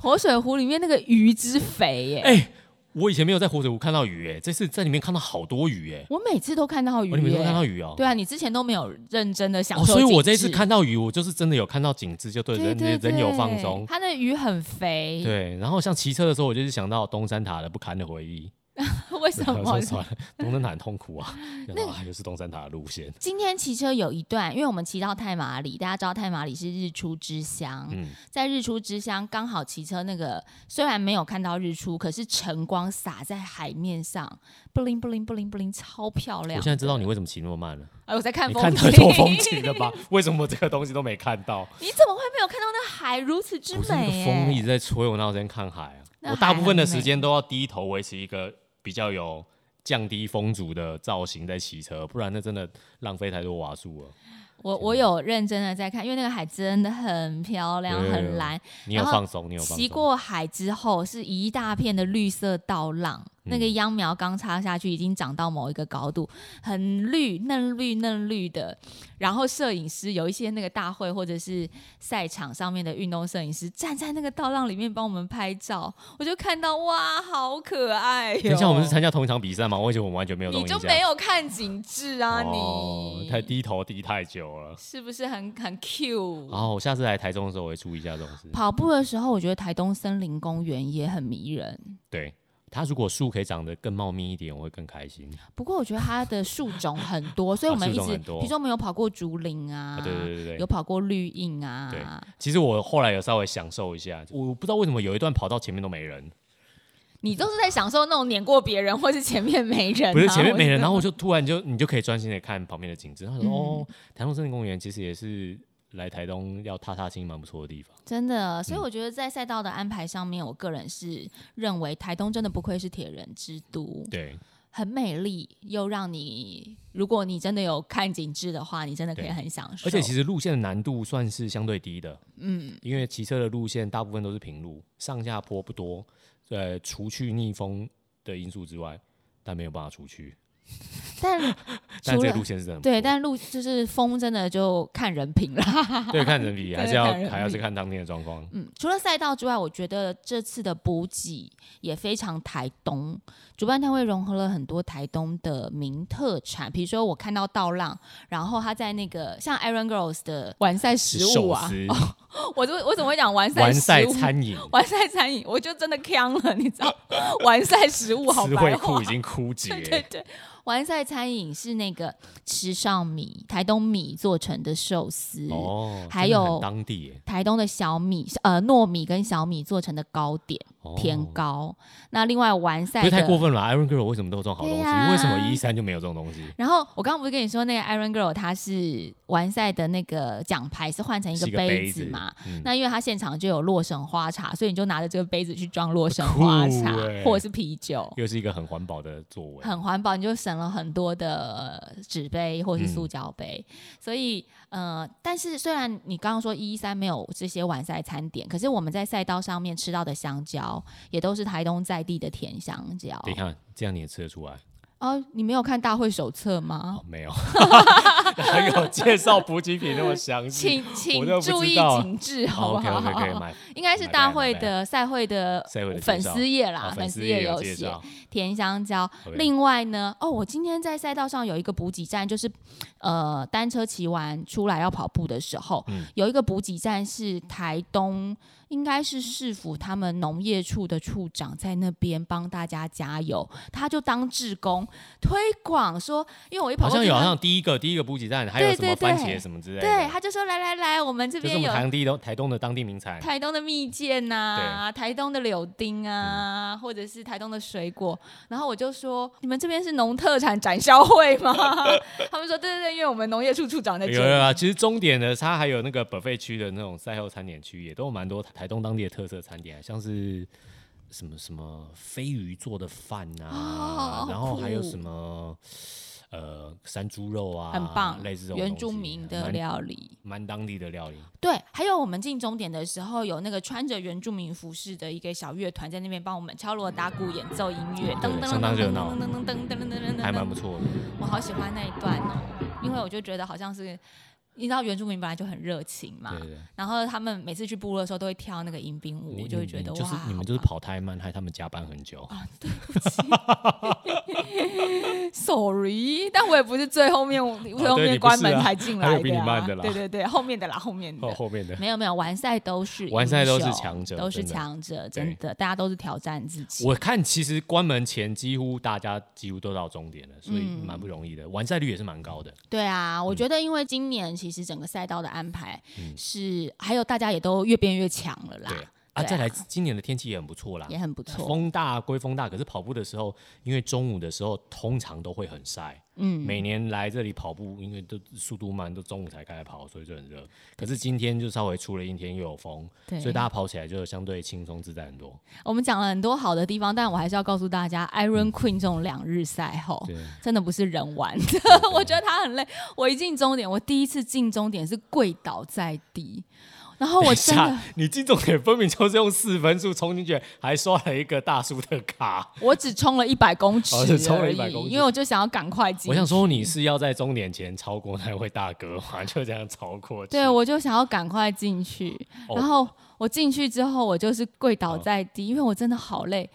D: 活水湖里面那个鱼之肥耶、
E: 哎、我以前没有在活水湖看到鱼、哎，这次在里面看到好多鱼、哎，
D: 我每次都看到鱼、
E: 我里面都
D: 耶
E: 看到鱼哦、
D: 对啊，你之前都没有认真的享
E: 哦，
D: 受景致、
E: 所以我这次看到鱼，我就是真的有看到景致，就对
D: 对
E: 人
D: 对对哎
E: 人有放松。
D: 它那鱼很肥，
E: 对，然后像骑车的时候，我就是想到东山塔的不堪的回忆。
D: 为什
E: 然后
D: 么
E: 说
D: 呢？
E: 算了，东山塔很痛 苦啊，然后啊就是东山塔的路线，
D: 今天骑车有一段，因为我们骑到太麻里，大家知道太麻里是日出之乡，
E: 嗯
D: 在日出之乡刚好骑车那个，虽然没有看到日出，可是晨光洒在海面上，布灵布灵布灵布灵，超漂
E: 我
D: 亮
E: 现。在知道你为什么骑那么慢了，
D: 哎，我在看
E: 你
D: 风
E: 看
D: 景，
E: 太多风景了吧？为什么我这个东西都没看到？
D: 你怎么会没有看到那海如此之
E: 不是那
D: 美、
E: 个
D: 耶？
E: 风一直在吹，我哪有时间看海啊？
D: 那
E: 我大部分的
D: 海很美
E: 时间都要低头维持一个比较有降低风阻的造型在骑车，不然那真的浪费太多瓦数了。
D: 我我有认真的在看，因为那个海真的很漂亮，
E: 有有有
D: 很蓝。
E: 你有
D: 然后
E: 放松，你有放松。
D: 骑过海之后是一大片的绿色稻浪，那
E: 嗯
D: 个秧苗刚插下去已经长到某一个高度，很绿，嫩绿嫩绿的。然后摄影师有一些那个大会或者是赛场上面的运动摄影师站在那个稻浪里面帮我们拍照，我就看到哇，好可爱、哟
E: 等一下，我们是参加同一场比赛吗？我以前我完全没有这
D: 你
E: 种
D: 就
E: 印象。
D: 没有看景致啊，
E: 哦
D: 你
E: 太低头低太久了。
D: 是不是很很 Q？
E: 然后我下次来台中的时候，我会注意一下这种事。
D: 跑步的时候，我觉得台东森林公园也很迷人。
E: 对，它如果树可以长得更茂密一点，我会更开心。
D: 不过我觉得它的树种很多，所以我们
E: 啊
D: 一
E: 树种
D: 直，
E: 很
D: 比
E: 多
D: 如说我们有跑过竹林啊，
E: 啊，对对对
D: 有
E: 对。
D: 跑过绿荫啊。
E: 其实我后来有稍微享受一下，我不知道为什么有一段跑到前面都没人，
D: 你都是在享受那种碾过别人，或是前面没人啊、
E: 不是前面没
D: 我
E: 人，
D: 知道
E: 然后我就突然就你就可以专心的看旁边的景致。他说、
D: 嗯
E: 哦，台东森林公园其实也是来台东要踏踏青蛮不错的地方。
D: 真的，
E: 嗯
D: 所以我觉得在赛道的安排上面，我个人是认为台东真的不愧是铁人之都，
E: 对，
D: 很美丽，又让你，如果你真的有看景致的话，你真的可以
E: 对
D: 很享受。
E: 而且其
D: 实，
E: 实路线的难度算是相对低的，
D: 哦嗯，
E: 因为骑车的路线大部分都是平路，上下坡不多，呃，除去逆风的因素之外，但没有办法除去。
D: 但
E: 但
D: 除
E: 这
D: 了
E: 个路线是真的不
D: 对，
E: 错
D: 但路就是风，真的就看人品啦。
E: 对看人比还
D: 对
E: 是要
D: 看人
E: 还要是
D: 比
E: 看当天的状况。
D: 嗯，除了赛道之外，我觉得这次的补给也非常台东。主办单位融合了很多台东的名特产，比如说我看到稻浪，然后他在那个像 Iron Girls 的完赛
E: 是
D: 食物
E: 寿
D: 啊，
E: 司、
D: 我怎么我怎么会讲完赛
E: 完
D: 食
E: 赛
D: 物？
E: 餐饮，
D: 完赛餐饮，我就真的呛了，你知道，完赛食物好
E: 词
D: 白
E: 汇
D: 话
E: 库已。经枯竭。
D: 对对对，完赛餐饮是那个吃上米，台东米做成的寿司
E: 哦，
D: 还
E: 真的很
D: 有
E: 当地耶
D: 台东的小米，呃，糯米跟小米做成的糕点，
E: 哦
D: 甜糕。那另外完赛
E: 不是太过
D: 的，
E: 分了吧。Iron Girl 为什么都有这种好东西？
D: 对呀
E: 为什么一三就没有这种东西？
D: 然后我刚刚不是跟你说那个 Iron Girl，她是完赛的那个奖牌是换成一
E: 是
D: 个
E: 一个
D: 杯
E: 子
D: 子嘛？？
E: 嗯
D: 那因为她现场就有洛神花茶，所以你就拿着这个杯子去装洛神花茶、
E: 酷欸
D: 或者是啤酒，
E: 又是一个很环保的作为。
D: 很环保，你就省了很多的呃纸杯或是塑胶杯。
E: 嗯
D: 所以，呃，但是虽然你刚刚说一一三没有这些晚赛餐点，可是我们在赛道上面吃到的香蕉也都是台东在地的甜香蕉。
E: 等一下，这样你也吃得出来？
D: 哦，你没有看大会手册吗
E: 哦？，没有，还有介绍补给品那么详 细。
D: 请请
E: 都不知
D: 注意
E: 道
D: 景致， 好不
E: OK
D: 好？
E: OK 可以买
D: 应该是大会的赛会的
E: 赛会的介
D: 粉
E: 绍
D: 丝页啦
E: 啊，，
D: 粉
E: 丝
D: 丝
E: 也
D: 页有
E: 介
D: 写
E: 绍，
D: 甜香蕉。
E: OK
D: 另外呢，哦，我今天在赛道上有一个补给站，就是呃，单车骑完出来要跑步的时候，
E: 嗯
D: 有一个补给站是台东，应该是市府他们农业处的处长在那边帮大家加油，他就当志工推广说，因为我一跑
E: 好
D: 过
E: 像
D: 去
E: 有，好
D: 他
E: 像第一个第一个补给站，还有
D: 对
E: 什么
D: 对对
E: 番茄什么之类的，
D: 对，他就说来来来，我们这
E: 就是
D: 边
E: 我
D: 有
E: 们当地的台东的当地名产。
D: 台东的蜜饯呐、台东的柳丁啊，或者是台东的水果。然后我就说，你们这边是农特产展销会吗？他们说，对对对，因为我们农业处处长在
E: 有
D: 这
E: 有
D: 里。
E: 啊，其实终点的它还有那个 buffet 区的那种赛后餐点区，也都有蛮多台东当地的特色餐点，啊像是什么什么飞鱼做的饭啊，
D: 哦
E: 然后
D: 酷
E: 还有什么呃山猪肉啊，
D: 很棒，
E: 类似这种
D: 原
E: 东
D: 住
E: 西啊
D: 民的
E: 蛮
D: 料理。
E: 蛮当地的料理。
D: 对，还有我们进终点的时候，有那个穿着原住民服饰的一个小乐团在那边帮我们敲锣打鼓演奏音乐，噔噔噔噔噔噔噔噔噔噔噔，
E: 还蛮不错的。
D: 我好喜欢那一段哦，因为我就觉得好像是你知道原住民本来就很热情嘛，
E: 对对对，
D: 然后他们每次去部落的时候都会跳那个迎宾舞，
E: 你
D: 就会
E: 你
D: 觉得
E: 你就是
D: 哇，
E: 你们就是
D: 好哦
E: 跑太慢，害他们加班很久。
D: 棒 sorry，但我也不是最后 面，我最后
E: 哦对
D: 面
E: 你不
D: 关
E: 是
D: 门
E: 啊
D: 才进来
E: 还有比你
D: 啊
E: 慢的啦哦
D: 对对对，后面的啦，后面的。
E: 后后面的，
D: 没有没有，完赛都是
E: 完赛都是
D: 英雄
E: 强者
D: 都是
E: 真的
D: 强者，
E: 对
D: 真的，大家都是挑战自己。
E: 我看其实关门前几乎大家几乎都到终点了，所以
D: 嗯
E: 蛮不容易的，完赛率也是蛮高的。
D: 对啊，
E: 嗯
D: 我觉得因为今年其实整个赛道的安排是，还有大家也都越变越强了啦，
E: 对啊，
D: 对
E: 再来今年的天气也很不错啦，
D: 也很不错。
E: 风大归风大，可是跑步的时候，因为中午的时候通常都会很晒。
D: 嗯，
E: 每年来这里跑步，因为都速度慢，都中午才开始跑，所以就很热。可是今天就稍微出了阴天，又有风，
D: 对哦
E: 所以大家跑起来就相对轻松自在很多。
D: 我们讲了很多好的地方，但我还是要告诉大家，Iron Queen 这种两日赛后
E: 嗯对，
D: 真的不是人玩的。 我觉得他很累。我一进终点，我第一次进终点是跪倒在地，然后我真
E: 等一
D: 的
E: 下， 你金总也分明就是用四分数冲进去，还刷了一个大叔的卡。
D: 我只冲了一百公尺
E: 哦
D: 而
E: 是
D: 已，
E: 冲了100公尺
D: 因为我就想要赶快进。
E: 我想，说，你是要在终点前超过那位大哥嘛？就这样超过去。
D: 对我就想要赶快进去。
E: 哦
D: 然后我进去之后，我就是跪倒在地，因为我真的好累。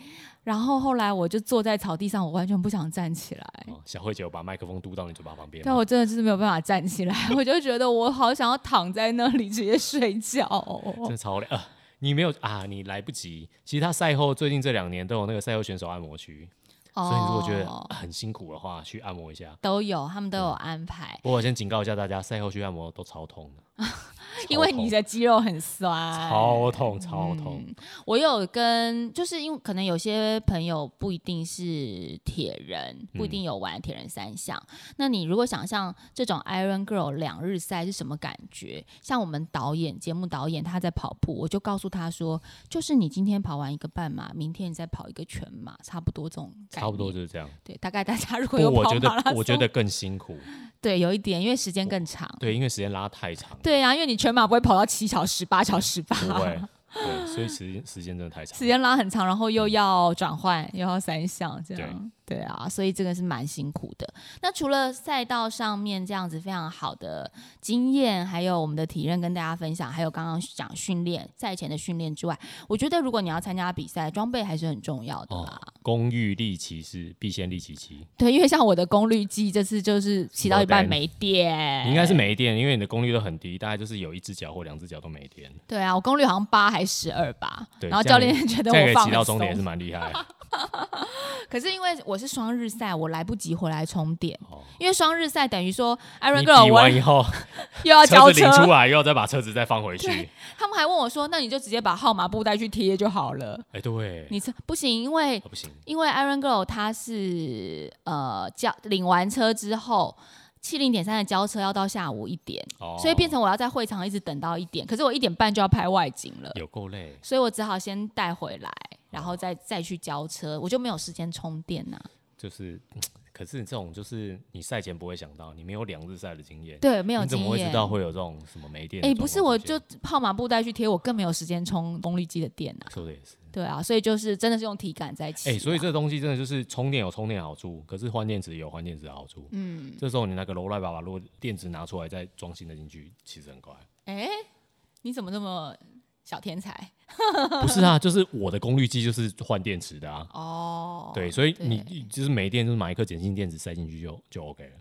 D: 然后后来我就坐在草地上，我完全不想站起来。
E: 哦小慧姐有把麦克风嘟到你嘴巴旁边
D: 但
E: 吗。
D: 我真的就是没有办法站起 来，我就觉得我好想要躺在那里直接睡觉
E: 真
D: 哦。
E: 的超累啊！ 你没有啊？你来不及。其实他赛后最近这两年都有那个赛后选手按摩区，所以如果觉得
D: 哦
E: 啊很辛苦的话，去按摩一下。
D: 都有，他们都有安排，，
E: 不过我先警告一下大家，赛后去按摩都超痛的
D: 因为你嗯的肌肉很酸。
E: 超痛超痛超痛。
D: 我有跟，就是因为可能有些朋友不一定是铁人，不一
E: 嗯
D: 定有玩铁人三项。那你如果想象这种 Iron Girl 两日赛是什么感觉？像我们导演节目导演他在跑步，我就告诉他说，就是你今天跑完一个半马，明天你再跑一个全马，差不多这种概念。
E: 差不多就是这样。
D: 对，大概大家如
E: 不
D: 果
E: 过
D: 有
E: 我
D: 跑
E: 觉
D: 马拉
E: 得
D: 松，
E: 我觉得更辛苦，
D: 对有一点，因为时间更长。
E: 对，因为时间拉太长，
D: 对啊呀、因为你全马不会跑到七小时、八小时吧？
E: 不会，对，所以时间时间真的太长
D: 啊时。间拉很长，然后又要转换，又要三项，这样对啊，所以这个是蛮辛苦的。那除了赛道上面这样子非常好的经验，还有我们的体验跟大家分享，还有刚刚讲训练赛前的训练之外，我觉得如果你要参加比赛，装备还是很重要的啦。
E: 哦，公寓利奇是必先利奇七，
D: 对，因为像我的功率计这次就是骑到一半
E: 没电
D: 没电，
E: 你应该是没电，因为你的功率都很低，大概就是有一只脚或两只脚都没电。
D: 对啊，我功率好像八还十二吧，
E: 对，
D: 然后
E: 这
D: 教
E: 样
D: 练觉得
E: 这样
D: 我
E: 也
D: 放
E: 骑
D: 很
E: 到终点也是
D: 松，
E: 蛮厉 害的。
D: 可是因为我是双日赛，我来不及回来充电，
E: 哦
D: 因为双日赛等于说 Iron
E: 你
D: Girl
E: 比
D: 我
E: 完以后，
D: 又要交
E: 车子
D: 车
E: 领，出来，又要再把车子再放回去。
D: 对他们还问我说，那你就直接把号码布带去贴就好了，
E: 哎，对，
D: 你这不行，因为
E: 啊不行，
D: 因为 Iron Girl 她是呃交领完车之后。七零点三的交车要到下午一点，
E: 哦
D: 所以变成我要在会场一直等到一点，可是我一点半就要拍外景了。
E: 有够累。
D: 所以我只好先带回来，然后再再去交车，我就没有时间充电啊呐、
E: 哎就是，可是这种就是你赛前不会想到，你没有两日赛的经验，
D: 对，没有
E: 你怎
D: 经
E: 么会
D: 验
E: 知。道会有这种什么没电？
D: 哎、不是，我就号码布带去贴，我更没有时间充功率计的电啊。
E: 说的也是。
D: 对啊，所以就是真的是用体感在骑、啊。
E: 哎，所以这东西真的就是充电有充电的好处，可是换电池也有换电池的好处。嗯，这时候你那个罗赖爸爸如果电池拿出来再装新的进去，其实 很快。
D: 哎、你怎么那么小天才
E: 不是啊，就是我的功率计就是换电池的啊。
D: 哦？
E: 对，所以
D: 对
E: 你就是没电，就是买一颗碱性电池塞进去就就 OK 了。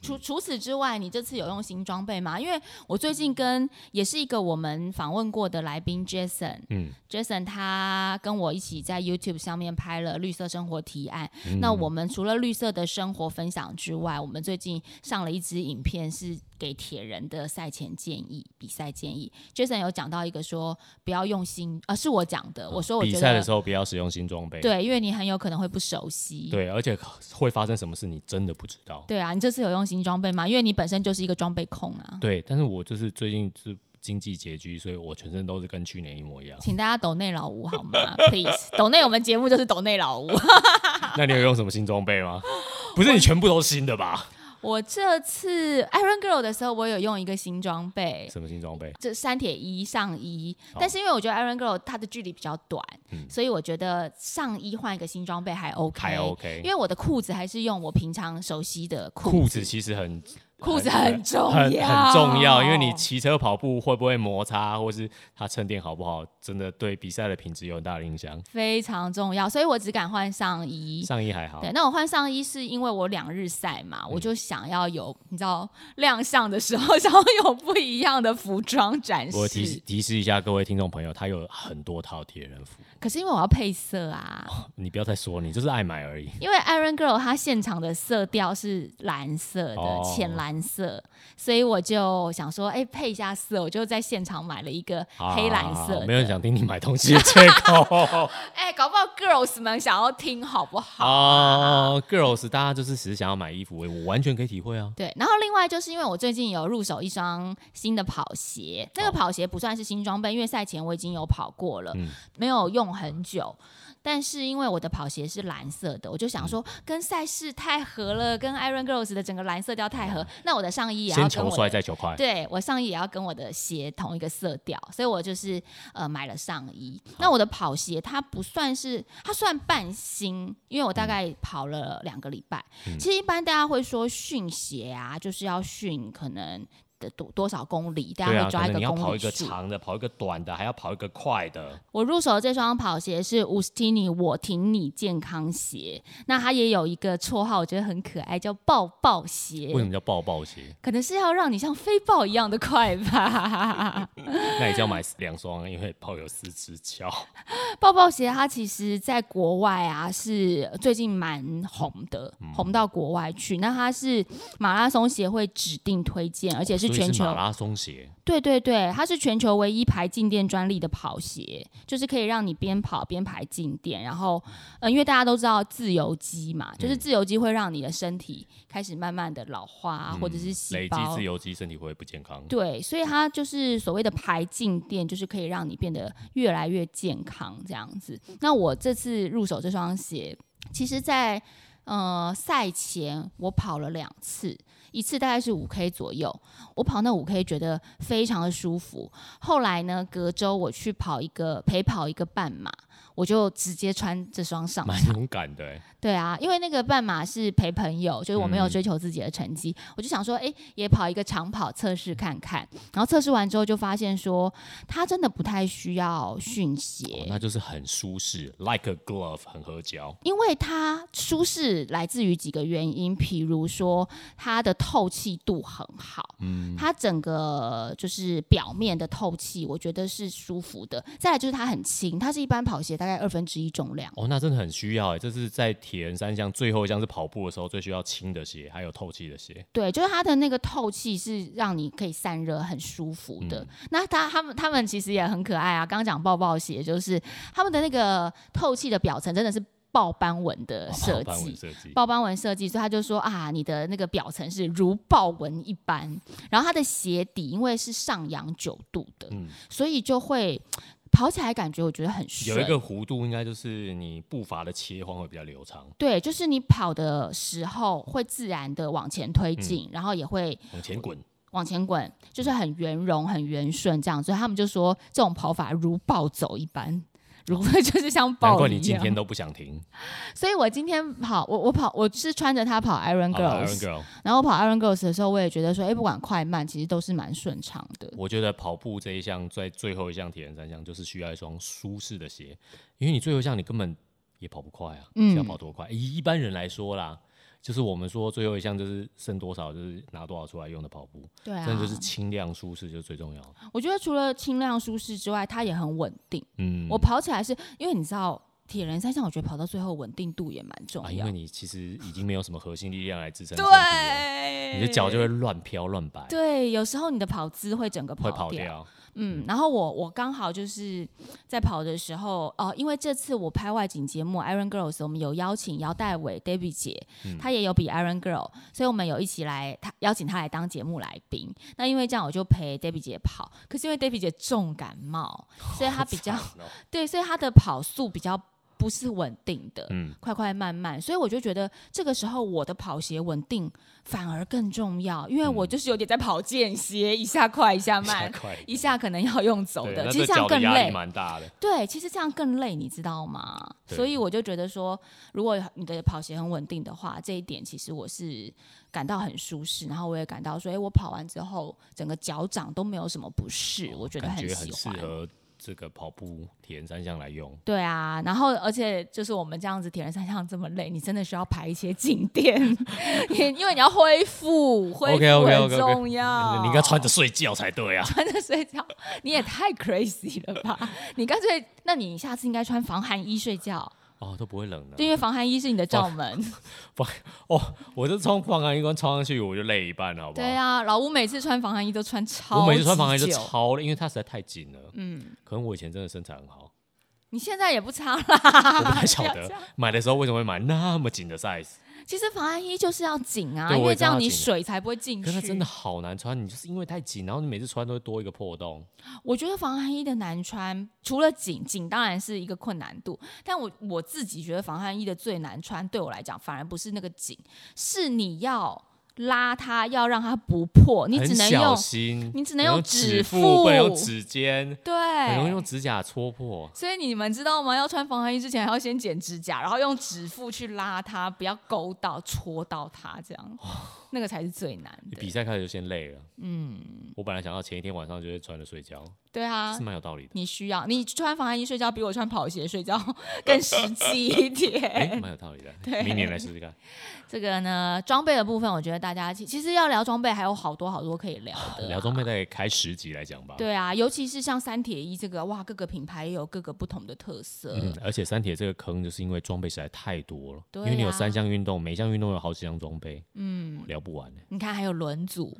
D: 除除此之外，你这次有用新装备吗？因为我最近跟也是一个我们访问过的来宾 Jason，
E: 嗯
D: ，Jason 他跟我一起在 YouTube 上面拍了绿色生活提案。
E: 嗯
D: 那我们除了绿色的生活分享之外，我们最近上了一支影片，是给铁人的赛前建议、比赛建议。Jason 有讲到一个说不要用新，呃，是我讲的，我说我
E: 比
D: 觉
E: 赛的
D: 得
E: 时候不要使用新装备。
D: 对，因为你很有可能会不熟悉。
E: 对，而且会发生什么事你真的不知道。
D: 对啊，你这次有用新装备吗？因为你本身就是一个装备控啊。。
E: 对，但是我就是最近是经济拮据，所以我全身都是跟去年一模一样
D: 请大家抖内老吴好吗 ？Please，抖内我们节目就是抖内老吴。
E: 那你有用什么新装备吗？不是你全部都是新的吧？
D: 我这次 Iron Girl 的时候，我有用一个新装备，
E: 什么新装备？
D: 这三铁衣上衣，但是因为我觉得 Iron Girl 它的距离比较短，所以我觉得上衣换一个新装嗯备还 OK，
E: 还 OK
D: 因为我的裤子还是用我平常熟悉的裤
E: 裤子其实很
D: 裤子很重要，
E: 很很重要，因为你骑车跑步会不会摩擦，或是它衬垫好不好，真的对比赛的品质有很大的影响。
D: 非常重要，所以我只敢换上衣。
E: 上衣还好嗯
D: 对，，那我换上衣是因为我两日赛嘛，我就想要有你知道亮相的时候，想 要有不一样的服装展
E: 我提示
D: 示。
E: 提示一下各位听众朋友，它有很多套铁人服，
D: 可是因为我要配色啊，
E: 你不要再说，你就是爱买而已。
D: 因为 Iron Girl 它现场的色调是蓝色的
E: 哦，
D: 浅蓝色，所以我就想说，哎，配一下色，我就在现场买了一个
E: 好
D: 黑蓝
E: 好好
D: 色
E: 好
D: 的。
E: 没有人想听你买东西的借 口。
D: 哎，搞不好 girls 们想要听好不好？
E: 哦、g i r l s 大家就是只是想要买衣服，我完全可以体会啊。
D: 对，然后另外就是因为我最近有入手一双新的跑鞋，这个跑鞋不算是新装备，因为赛前我已经有跑过了，
E: 哦嗯
D: 没有用很久。但是因为我的跑鞋是蓝色的，我就
E: 嗯
D: 想说跟赛事太合了，跟 Iron Girls 的整个蓝色调太合，那我的上衣也要
E: 嗯先
D: 跟
E: 求
D: 我
E: 帅
D: 的
E: 再求快。
D: 对我上衣也要跟我的鞋同一个色调，所以我就是呃买了上衣。那我的跑鞋它不算是，它算半新，因为我大概跑了两个礼拜。
E: 嗯
D: 其实一般大家会说训鞋啊，就是要训可能的多多少公里，大
E: 对
D: 家
E: 啊，
D: 会
E: 可
D: 抓一
E: 能
D: 个
E: 你要
D: 公
E: 跑
D: 里
E: 一个
D: 数。
E: 长的，跑一个短的，还要跑一个快的。
D: 我入手的这双跑鞋是 Ustini 我挺你健康鞋，那它也有一个绰号，我觉得很可爱，叫抱抱鞋
E: 为。什么叫抱抱鞋？
D: 可能是要让你像飞豹一样的快吧。
E: 那你就要买两双，啊因为抱有四只脚。
D: 抱抱鞋它其实在国外啊是最近蛮红的，
E: 嗯
D: 红到国外去。那它是马拉松协会指定推荐，而且是
E: 哦所以
D: 全球
E: 马拉松鞋，
D: 对对对，它是全球唯一排进店专利的跑鞋，就是可以让你边跑边排进店。然后，呃，因为大家都知道自由基嘛，
E: 嗯
D: 就是自由基会让你的身体开始慢慢的老化、啊，或者是细
E: 嗯累积
D: 胞
E: 自由基，身体会不健康。
D: 对，所以它就是所谓的排进店，就是可以让你变得越来越健康这样子。那我这次入手这双鞋，其实在呃赛前我跑了两次，一次大概是五 K 左右，我跑那五 K 觉得非常的舒服。后来呢，隔周我去跑一个陪跑一个半马，我就直接穿这双上
E: 蛮
D: 场。
E: 勇敢的、欸，
D: 对啊，因为那个半马是陪朋友，就是我没
E: 嗯
D: 有追求自己的成绩，我就想说，诶，也跑一个长跑测试看看。然后测试完之后就发现说，他真的不太需要训
E: 哦
D: 鞋，
E: 那就是很舒适，like a glove，很合脚。
D: 因为它舒适来自于几个原因，比如说它的透气度很好，
E: 嗯
D: 它整个就是表面的透气，我觉得是舒服的。再来就是它很轻，它是一般跑鞋大概二分之一重量。
E: 哦，那真的很需要、欸，这是在铁人三项最后一项是跑步的时候最需要轻的鞋，还有透气的鞋。
D: 对，就是它的那个透气是让你可以散热很舒服的。
E: 嗯
D: 那它他们他们其实也很可爱啊。刚刚讲抱抱鞋，就是他们的那个透气的表层真的是豹斑纹的设
E: 哦豹纹
D: 计。
E: 设计，
D: 豹斑纹设计，所以他就说啊，你的那个表层是如豹纹一般，然后它的鞋底因为是上扬九度的，
E: 嗯
D: 所以就会跑起来感觉我觉得很顺。
E: 有一个弧度，应该就是你步伐的切换会比较流畅，
D: 对，就是你跑的时候会自然的往前
E: 嗯
D: 推进，然后也会
E: 往前滚。
D: 往前滚，就是很圆融、很圆顺这样，所以他们就说这种跑法如暴走一般，如 就是像
E: 难
D: 暴
E: 怪
D: 一
E: 你今天
D: 样。
E: 都不想停。
D: 所以我今天跑，我我跑，我是穿着它跑 Iron
E: 好了 Iron
D: Girls，
E: Girl，
D: 然后我跑 Iron Girls 的时候，我也觉得说，哎、不管快慢，其实都是蛮顺畅的。
E: 我觉得跑步这一项在最后一项铁人三项就是需要一双舒适的鞋，因为你最后一项你根本也跑不快啊，
D: 嗯
E: 是要跑多快？以一般人来说啦，就是我们说最后一项就是剩多少，就是拿多少出来用的跑步，
D: 对啊
E: 真的就是轻量舒适就是最重要的。
D: 我觉得除了轻量舒适之外，它也很稳定。
E: 嗯，
D: 我跑起来是因为你知道铁人三项，我觉得跑到最后稳定度也蛮重
E: 啊，因
D: 要。
E: 为你其实已经没有什么核心力量来支撑身体了，
D: 对，
E: 你的脚就会乱飘乱摆，
D: 对，有时候你的跑姿会整个
E: 会跑
D: 掉。
E: 掉。
D: 嗯，然后我我刚好就是在跑的时候，哦、因为这次我拍外景节目《Iron Girls》，我们有邀请姚黛伟、David 姐，
E: 嗯
D: 她也有比 Iron Girl，所以我们有一起来，她邀请她来当节目来宾。那因为这样，我就陪 David 姐跑， 可是因为 David 姐重感冒，所以她比较
E: 好惨哦
D: 对，所以她的跑速比较。不是稳定的，
E: 嗯
D: 快快慢慢。所以我就觉得这个时候我的跑鞋稳定反而更重要，因为我就是有点在跑间歇，一下快一下慢，
E: 快嗯一
D: 一下可能要用走
E: 对，
D: 的，
E: 那
D: 其实
E: 这
D: 这样
E: 脚的
D: 更
E: 压
D: 累
E: 力。蛮大的。
D: 对，其实这样更累，你知道吗？
E: 对
D: 所以我就觉得说，如果你的跑鞋很稳定的话，这一点其实我是感到很舒适，然后我也感到说，哎，我跑完之后整个脚掌都没有什么不适，我觉得
E: 哦感觉
D: 喜
E: 很适
D: 欢。
E: 合这个跑步铁人三项来用。
D: 对啊，然后而且就是我们这样子铁人三项这么累，你真的需要排一些景点，你 因为你要恢复，恢复
E: OK，OK，OK，OK
D: 很重要。
E: 你应该穿着睡觉才对啊！
D: 穿着睡觉， 你也太 crazy 了吧？你干脆，那你下次应该穿防寒衣睡觉。
E: 哦，都不会冷的。
D: 对，因为防寒衣是你的罩门。
E: 哦，我这穿防寒衣光穿上去，我就累一半了，好不好？
D: 对啊，老吴每次穿防寒衣都穿超
E: 我每次穿防寒衣就
D: 级久
E: 超累，因为它实在太紧了。
D: 嗯，
E: 可能我以前真的身材很好，
D: 你现在也不差啦。
E: 我不太 晓
D: 不要
E: 得
D: 这样
E: 买的时候为什么会买那么紧的 size，
D: 其实防寒衣就是要紧啊，
E: 对
D: 因
E: 我
D: 为
E: 也知
D: 这
E: 道
D: 样
E: 要
D: 你
E: 紧
D: 水才不会进
E: 可
D: 去。
E: 是它真的，好难穿，你就是因为太紧，然后你每次穿都会多一个破洞。
D: 我觉得防寒衣的难穿，除了紧，紧当然是一个困难度，但我我自己觉得防寒衣的最难穿，对我来讲反而不是那个紧，是你要拉它，要让它不破，你
E: 很
D: 只能
E: 小
D: 用
E: 心，
D: 你只能
E: 用
D: 用指
E: 腹，不能用
D: 腹哎
E: 指尖，很容易
D: 对
E: 用。指甲戳破。
D: 所以你们知道吗？要穿防寒衣之前，还要先剪指甲，然后用指腹去拉它，不要勾到、戳到它，这样，那个才是最难
E: 比
D: 的。
E: 赛开始就先累了，嗯，我本来想到前一天晚上就会穿着睡觉，
D: 对啊
E: 是，蛮有道理的，
D: 你需要你穿防寒衣睡觉，比我穿跑鞋睡觉更实际一
E: 哎、
D: 点。
E: 蛮有道理的，
D: 对
E: 明年来试试看。
D: 这个呢，装备的部分，我觉得大家其其实要聊装备，还有好多好多可以聊的、
E: 聊装备。再开十集来讲吧。，
D: 对啊，尤其是像三铁衣这个，哇，各个品牌也有各个不同的特色。
E: 嗯，而且三铁这个坑就是因为装备实在太多了，
D: 对
E: 因为你有
D: 啊
E: 三项运动，每项运动有好几项装备，嗯，聊不完、欸。
D: 你看，还有轮组，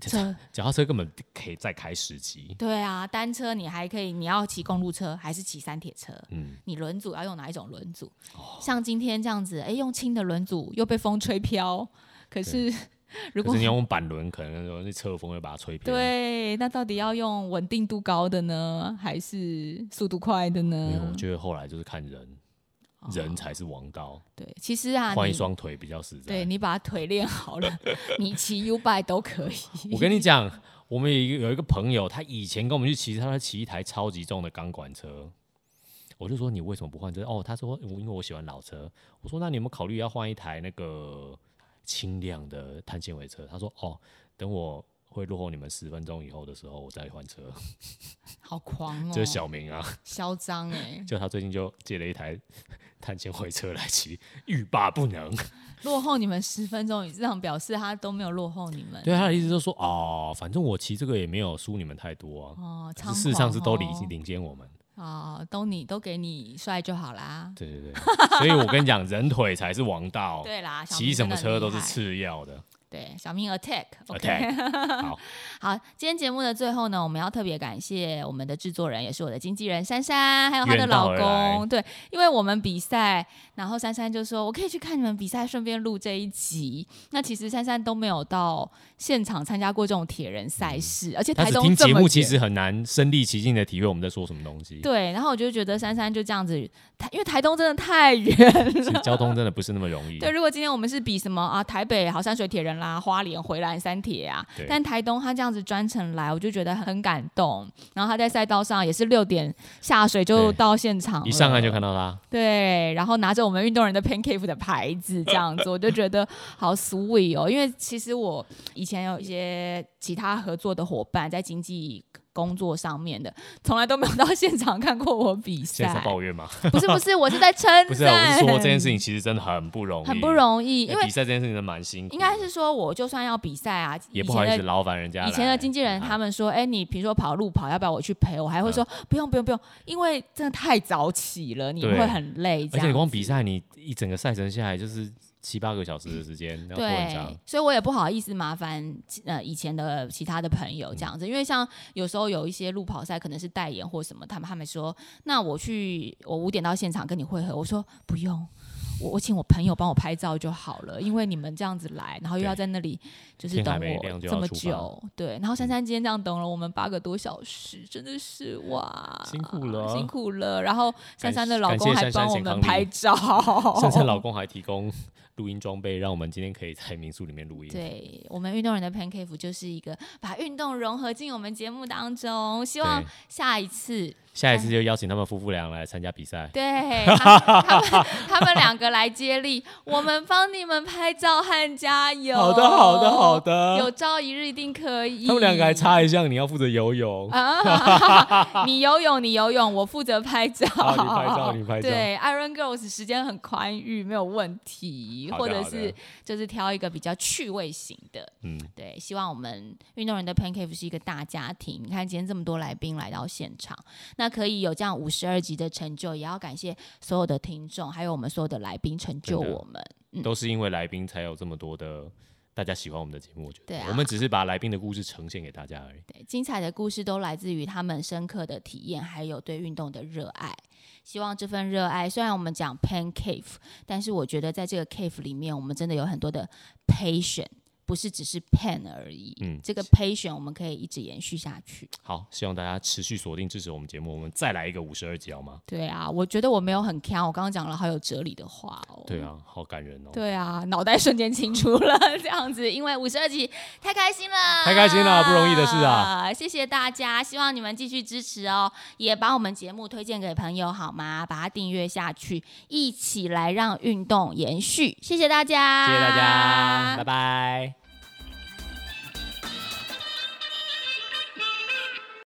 D: 这
E: 脚踏车根本可以再开十集，
D: 对啊，单车你还可以，你要骑公路车还是骑三铁车？
E: 嗯，
D: 你轮组要用哪一种轮组？
E: 哦
D: 像今天这样子，哎，用轻的轮组又被风吹飘，可是 如
E: 可
D: 果
E: 是你要用板轮，可能说那侧风会把它吹偏。，
D: 对，那到底要用稳定度高的呢，还是速度快的
E: 因为我
D: 呢？
E: 觉得后来就是看人，
D: 哦
E: 人才是王道，
D: 对，其实啊，
E: 换一
D: 你
E: 双腿比较实在。
D: 对你把腿练好 了，你骑 U bike 都可以。
E: 我跟你讲，我们有一个有一个朋友，他以前跟我们去骑，他骑一台超级重的钢管车。我就说你为什么不换车？哦，他说我因为我喜欢老车。我说那你有没有考虑要换一台那个轻量的碳纤维车？他说哦，等我会落后你们十分钟以后的时候，我再换车。
D: 好狂哦，
E: 这是小明啊，
D: 嚣张哎，
E: 就他最近就借了一台碳纤维车来骑，欲罢不 能。
D: 落后你们十分钟以上，表示他都没有落后你们。
E: 对啊他的意思就是说哦，反正我骑这个也没有输你们太多啊，
D: 哦，
E: 可是
D: 猖
E: 事实上是都
D: 狂
E: 领
D: 哦
E: 领先我们。
D: 哦，都你都给你帅就好啦。
E: 对对对，所以我跟你讲，人腿才是王道。
D: 对啦，小
E: 骑
D: 明
E: 什
D: 真
E: 么
D: 的
E: 车
D: 很
E: 都
D: 厉
E: 是
D: 害。
E: 次要的。
D: 对，小明 attack OK。
E: Attack 好，
D: 好，今天节目的最后呢，我们要特别感谢我们的制作人，也是我的经纪人珊珊，还有她的
E: 远道
D: 老
E: 而来
D: 公。对，因为我们比赛，然后珊珊就说我可以去看你们比赛，顺便录这一集。那其实珊珊都没有到现场参加过这种铁人赛事，而且
E: 但
D: 台
E: 是
D: 东
E: 嗯听
D: 这
E: 节
D: 么
E: 目其
D: 远
E: 实很难身临其境的体会我们在说什么东西。
D: 对，然后我就觉得珊珊就这样子，台因为台东真的太远
E: 其实交通真的不是那么容易。
D: 对，如果今天我们是比什么啊，台北好山水铁人啦，花莲回蓝三铁啊
E: 对，
D: 但台东他这样子专程来，我就觉得很感动。然后他在赛道上也是六点下水就
E: 对
D: 到现场，
E: 一上岸就看。到他，
D: 对，然后拿着我们运动人的 Pancake 的牌子这样子，我就觉得好 sweet 哦。因为其实我以前有一些其他合作的伙伴在经济工作上面的，从来都没有到现场看过我比
E: 现在
D: 赛。
E: 在 抱怨吗？
D: 不是不是，我是在称赞。
E: 不是啊，我是说这件事情其实真的很不容易，
D: 很不容易，因为
E: 比赛这件事情真的蛮辛苦的，
D: 应该是说，我就算要比赛啊，以
E: 也不
D: 前
E: 好意
D: 的
E: 思劳烦人家。嗯啊
D: 以前的经纪人他
E: 们，
D: 们说，哎、你比如说跑路跑，要不要我去陪？我还
E: 嗯
D: 会说、不用不用不用，因为真的太早起了，你
E: 对
D: 会很累。这
E: 而
D: 样
E: 且你光比赛，你一整个赛程下来就是七八个小时的时间，要拖很
D: 对
E: 长。，
D: 所以我也不好意思麻烦呃以前的其他的朋
E: 嗯
D: 友这样子，因为像有时候有一些路跑赛可能是代言或什么，他们他们说，那我去我五点到现场跟你会合，我说不用。我我请我朋友帮我拍照就好了，因为你们这样子来，然后又要
E: 对
D: 在那里就是
E: 天还
D: 等
E: 没亮
D: 我
E: 就
D: 这
E: 要
D: 么
E: 出发
D: 久，对，然后珊珊今天这样等了我们八个多小时，真的是哇，
E: 辛苦了
D: 啊辛苦了。然后珊珊的老
E: 感谢
D: 公还
E: 珊珊
D: 帮我
E: 健康
D: 们
E: 力
D: 拍照， 哦
E: 珊珊老公还提供 录音装备，让我们今天可以在民宿里面录音。
D: 对我们运动人的 Pancake 就是一个把运动融合进我们节目当中，希
E: 对，
D: 望下一次
E: 下一次就邀请他们夫妇俩来参加比
D: 哎
E: 赛。
D: 对他他们他们两个来接力，我们帮你们拍照和加油。
E: 好的，好的，好，的
D: 有。朝一日一定可以。
E: 他们两个还差一项，你要负责 游泳。
D: 啊！ 你游泳，你游泳，我负责拍照。
E: 好你拍照你拍照
D: 对，Iron Girls 时间很宽裕，没有问题。
E: 好的
D: 或者
E: 好的
D: 是就是挑一个比较趣味型的。
E: 嗯，
D: 对，希望我们运动人的 Pancake 是一个大家庭。你看今天这么多来宾来到现场，那可以有这样五十二集的成就，也要感谢所有的听众，还有我们所有的来宾成就
E: 真的
D: 我们。
E: 都是因为来宾才有这么多的大家喜欢我们的节目。我觉得，
D: 对啊
E: 我们只是把来宾的故事呈现给大家而已。
D: 对，精彩的故事都来自于他们深刻的体验，还有对运动的热爱。希望这份热爱，虽然我们讲 pain cave，但是我觉得在这个 cave 里面，我们真的有很多的 patient，不是只是 pain 而已。
E: 嗯
D: 这个 patient 我们可以一直延续下去。
E: 好，希望大家持续锁定支持我们节目，我们再来一个五十二集好吗？
D: 对啊，我觉得我没有很 can，我刚刚讲了好有哲理的话哦。
E: 对。啊，好感人哦。
D: 对啊，脑袋瞬间清楚了， 这样子，因为五十二集太开心了，
E: 太开心了不容易的事
D: 啊！谢谢大家，希望你们继续支持哦，也把我们节目推荐给朋友好吗？把它订阅下去，一起来让运动延续。谢谢大家，啊
E: 谢谢大家，拜拜。